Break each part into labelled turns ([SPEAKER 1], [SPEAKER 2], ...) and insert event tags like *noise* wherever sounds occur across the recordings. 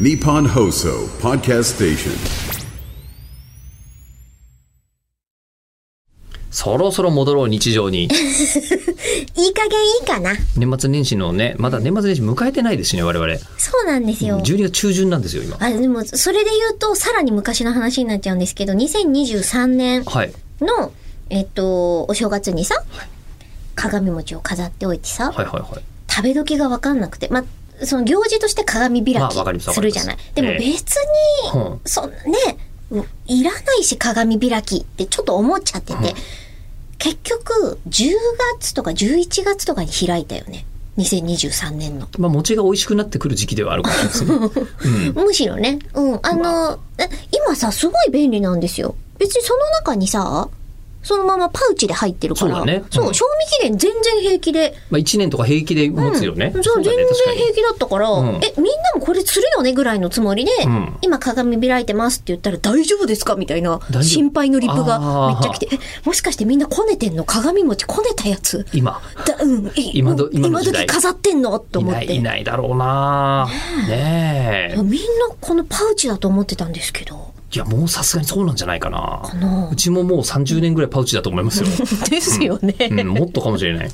[SPEAKER 1] Nippon Hoso Podcast Station.
[SPEAKER 2] そろそろ戻ろう日常
[SPEAKER 3] *laughs*
[SPEAKER 2] に
[SPEAKER 3] いい加減いいかな。
[SPEAKER 2] 年末年始のねまだ年末年始迎えてないですしね我々
[SPEAKER 3] そうなんですよ。
[SPEAKER 2] 12月中旬なんですよ今
[SPEAKER 3] あ、でも、それで言うと、さらに昔の話になっちゃうんですけど、2023年
[SPEAKER 2] はい
[SPEAKER 3] の、えっと、お正月にさ、鏡餅を飾っておいてさ、
[SPEAKER 2] はいはいはい
[SPEAKER 3] 食べ時がわかんなくて、ま、その行事として鏡開
[SPEAKER 2] まあわかりま
[SPEAKER 3] き
[SPEAKER 2] すわ
[SPEAKER 3] す
[SPEAKER 2] かり
[SPEAKER 3] る
[SPEAKER 2] ます
[SPEAKER 3] じゃない。でも
[SPEAKER 2] ええ
[SPEAKER 3] 別
[SPEAKER 2] う
[SPEAKER 3] に、
[SPEAKER 2] ん
[SPEAKER 3] そんね、ういらないし鏡開きってちょっと思っちゃってて、結局、10月とか11月とかに開いたよね。2023年の。
[SPEAKER 2] まあ餅が美味しくなってくる時期ではあるかもしれないで
[SPEAKER 3] *laughs*
[SPEAKER 2] すね
[SPEAKER 3] むしろね。うん。あの、え今さ、すごい便利なんですよ。別にその中にさ、そのままパウチで入ってるから。
[SPEAKER 2] そうだねうん
[SPEAKER 3] そう賞味期限全然平気で。
[SPEAKER 2] まあ1年とか平気で持つよね、
[SPEAKER 3] そう、
[SPEAKER 2] だ
[SPEAKER 3] 全
[SPEAKER 2] ね
[SPEAKER 3] 然
[SPEAKER 2] 確か
[SPEAKER 3] 平
[SPEAKER 2] に
[SPEAKER 3] 気だったから、
[SPEAKER 2] うん
[SPEAKER 3] え、みんなもこれするよねぐらいのつもりで、
[SPEAKER 2] ん
[SPEAKER 3] 今鏡開いてますって言ったら大丈夫ですかみたいな
[SPEAKER 2] 丈夫
[SPEAKER 3] 心配のリプがめっちゃ来て
[SPEAKER 2] あ、
[SPEAKER 3] え、もしかしてみんなこねてんの鏡餅こねたやつ
[SPEAKER 2] 今
[SPEAKER 3] だ、うん、え
[SPEAKER 2] 今ど今の時代
[SPEAKER 3] 時飾ってんのと
[SPEAKER 2] い
[SPEAKER 3] 思っ
[SPEAKER 2] な
[SPEAKER 3] て。
[SPEAKER 2] いいないだろうなねえ
[SPEAKER 3] みんなこのパウチだと思ってたんですけど。
[SPEAKER 2] いやもうさすがにそうなんじゃないかな
[SPEAKER 3] な
[SPEAKER 2] うちももう30年ぐらいパウチだと思いますよ、
[SPEAKER 3] *laughs* ですよね。
[SPEAKER 2] うん、もっとかもし
[SPEAKER 3] *laughs*
[SPEAKER 2] れない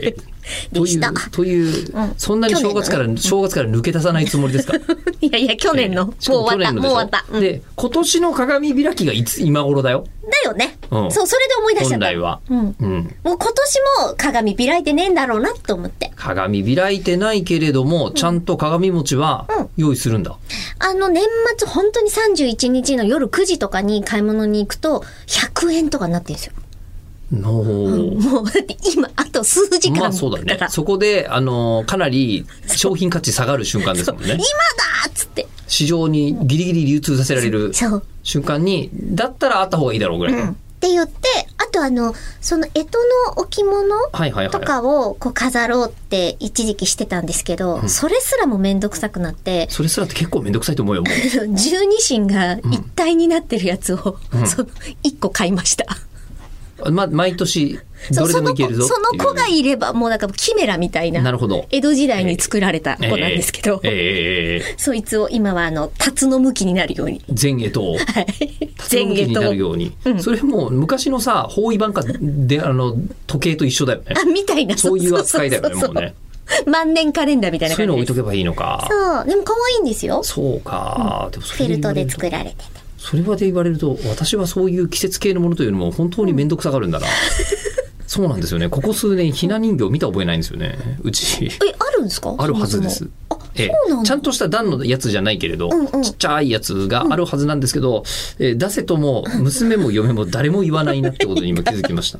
[SPEAKER 2] えと
[SPEAKER 3] で
[SPEAKER 2] い
[SPEAKER 3] した
[SPEAKER 2] うという、
[SPEAKER 3] うん
[SPEAKER 2] そんなに正月から、正月から抜け出さないつもりですか
[SPEAKER 3] いやいや、去年の。もう
[SPEAKER 2] しかも去
[SPEAKER 3] 終わった。
[SPEAKER 2] 年の
[SPEAKER 3] も
[SPEAKER 2] で
[SPEAKER 3] う
[SPEAKER 2] しょ
[SPEAKER 3] 終わった。うんだ
[SPEAKER 2] で今年の鏡開きがいつ今頃だよ
[SPEAKER 3] よね。
[SPEAKER 2] うん
[SPEAKER 3] そう、それで思い出しち
[SPEAKER 2] 本
[SPEAKER 3] ゃった。
[SPEAKER 2] 来は、
[SPEAKER 3] うん。
[SPEAKER 2] うん、
[SPEAKER 3] もう今年も鏡開いてねえんだろうなと思って。
[SPEAKER 2] 鏡開いてないけれどもちゃんと鏡餅は用意するんだ、
[SPEAKER 3] あの、年末、本当に31日の夜9時とかに買い物に行くと、100円とかになってるんですよ。
[SPEAKER 2] の
[SPEAKER 3] もう、だって今、あと数時間
[SPEAKER 2] ま
[SPEAKER 3] だ
[SPEAKER 2] あそうだ
[SPEAKER 3] か
[SPEAKER 2] ね
[SPEAKER 3] ら。
[SPEAKER 2] そこであのかなり商品価値下がる瞬間ですもんね
[SPEAKER 3] 今だーっつって。
[SPEAKER 2] 市場にギリギリ流通させられる
[SPEAKER 3] そう。
[SPEAKER 2] 瞬間にだったらあった方がいいだろうぐらいの、
[SPEAKER 3] って言って、あとあの、その、干支の置物
[SPEAKER 2] はいはいはい
[SPEAKER 3] とかをこう飾ろうって一時期してたんですけど、それすらもめんどくさくなって、
[SPEAKER 2] それすらって結構めんどくさいと思うよもう
[SPEAKER 3] *laughs* 十二神が一体になってるやつを、
[SPEAKER 2] ん
[SPEAKER 3] その一個買いました。
[SPEAKER 2] ま毎年 *laughs* どれでもいけるぞ
[SPEAKER 3] そうその子その子
[SPEAKER 2] っていう
[SPEAKER 3] がいればもうなんかキメラみたいな
[SPEAKER 2] なるほど
[SPEAKER 3] 江戸時代に作られた子なんですけど、
[SPEAKER 2] ええええええ
[SPEAKER 3] そいつを今はあの辰の向きになるように。
[SPEAKER 2] 前下と
[SPEAKER 3] はい
[SPEAKER 2] 前下になるように、それもう昔のさ包囲版かであの時計と一緒だよね
[SPEAKER 3] あみたいな
[SPEAKER 2] そういう扱いだよね
[SPEAKER 3] そそそ
[SPEAKER 2] もうね
[SPEAKER 3] 万年カレンダーみたいな
[SPEAKER 2] そうい
[SPEAKER 3] 感
[SPEAKER 2] うの
[SPEAKER 3] じ
[SPEAKER 2] 置
[SPEAKER 3] で
[SPEAKER 2] いとけばいいのか
[SPEAKER 3] そうでも可愛いんですよ
[SPEAKER 2] そうか、でもそ
[SPEAKER 3] フ
[SPEAKER 2] れで
[SPEAKER 3] ェル
[SPEAKER 2] 言わ
[SPEAKER 3] ト
[SPEAKER 2] れ
[SPEAKER 3] で
[SPEAKER 2] ると
[SPEAKER 3] 作られてて
[SPEAKER 2] それまで言われると私はそういう季節系のものというよりも本当に面倒くさがるん
[SPEAKER 3] *laughs*
[SPEAKER 2] だな、そうなんですよねここ数年ひな人形見た覚えないんですよねうち
[SPEAKER 3] えあるんですか
[SPEAKER 2] あるはずで
[SPEAKER 3] そ
[SPEAKER 2] す
[SPEAKER 3] も。
[SPEAKER 2] ええ
[SPEAKER 3] そうなんだ
[SPEAKER 2] ちゃんとした段のやつじゃないけれど、
[SPEAKER 3] んうん
[SPEAKER 2] ちっちゃいやつがあるはずなんですけど、えー出せとも娘も嫁も誰も言わないなってことに今気づきました。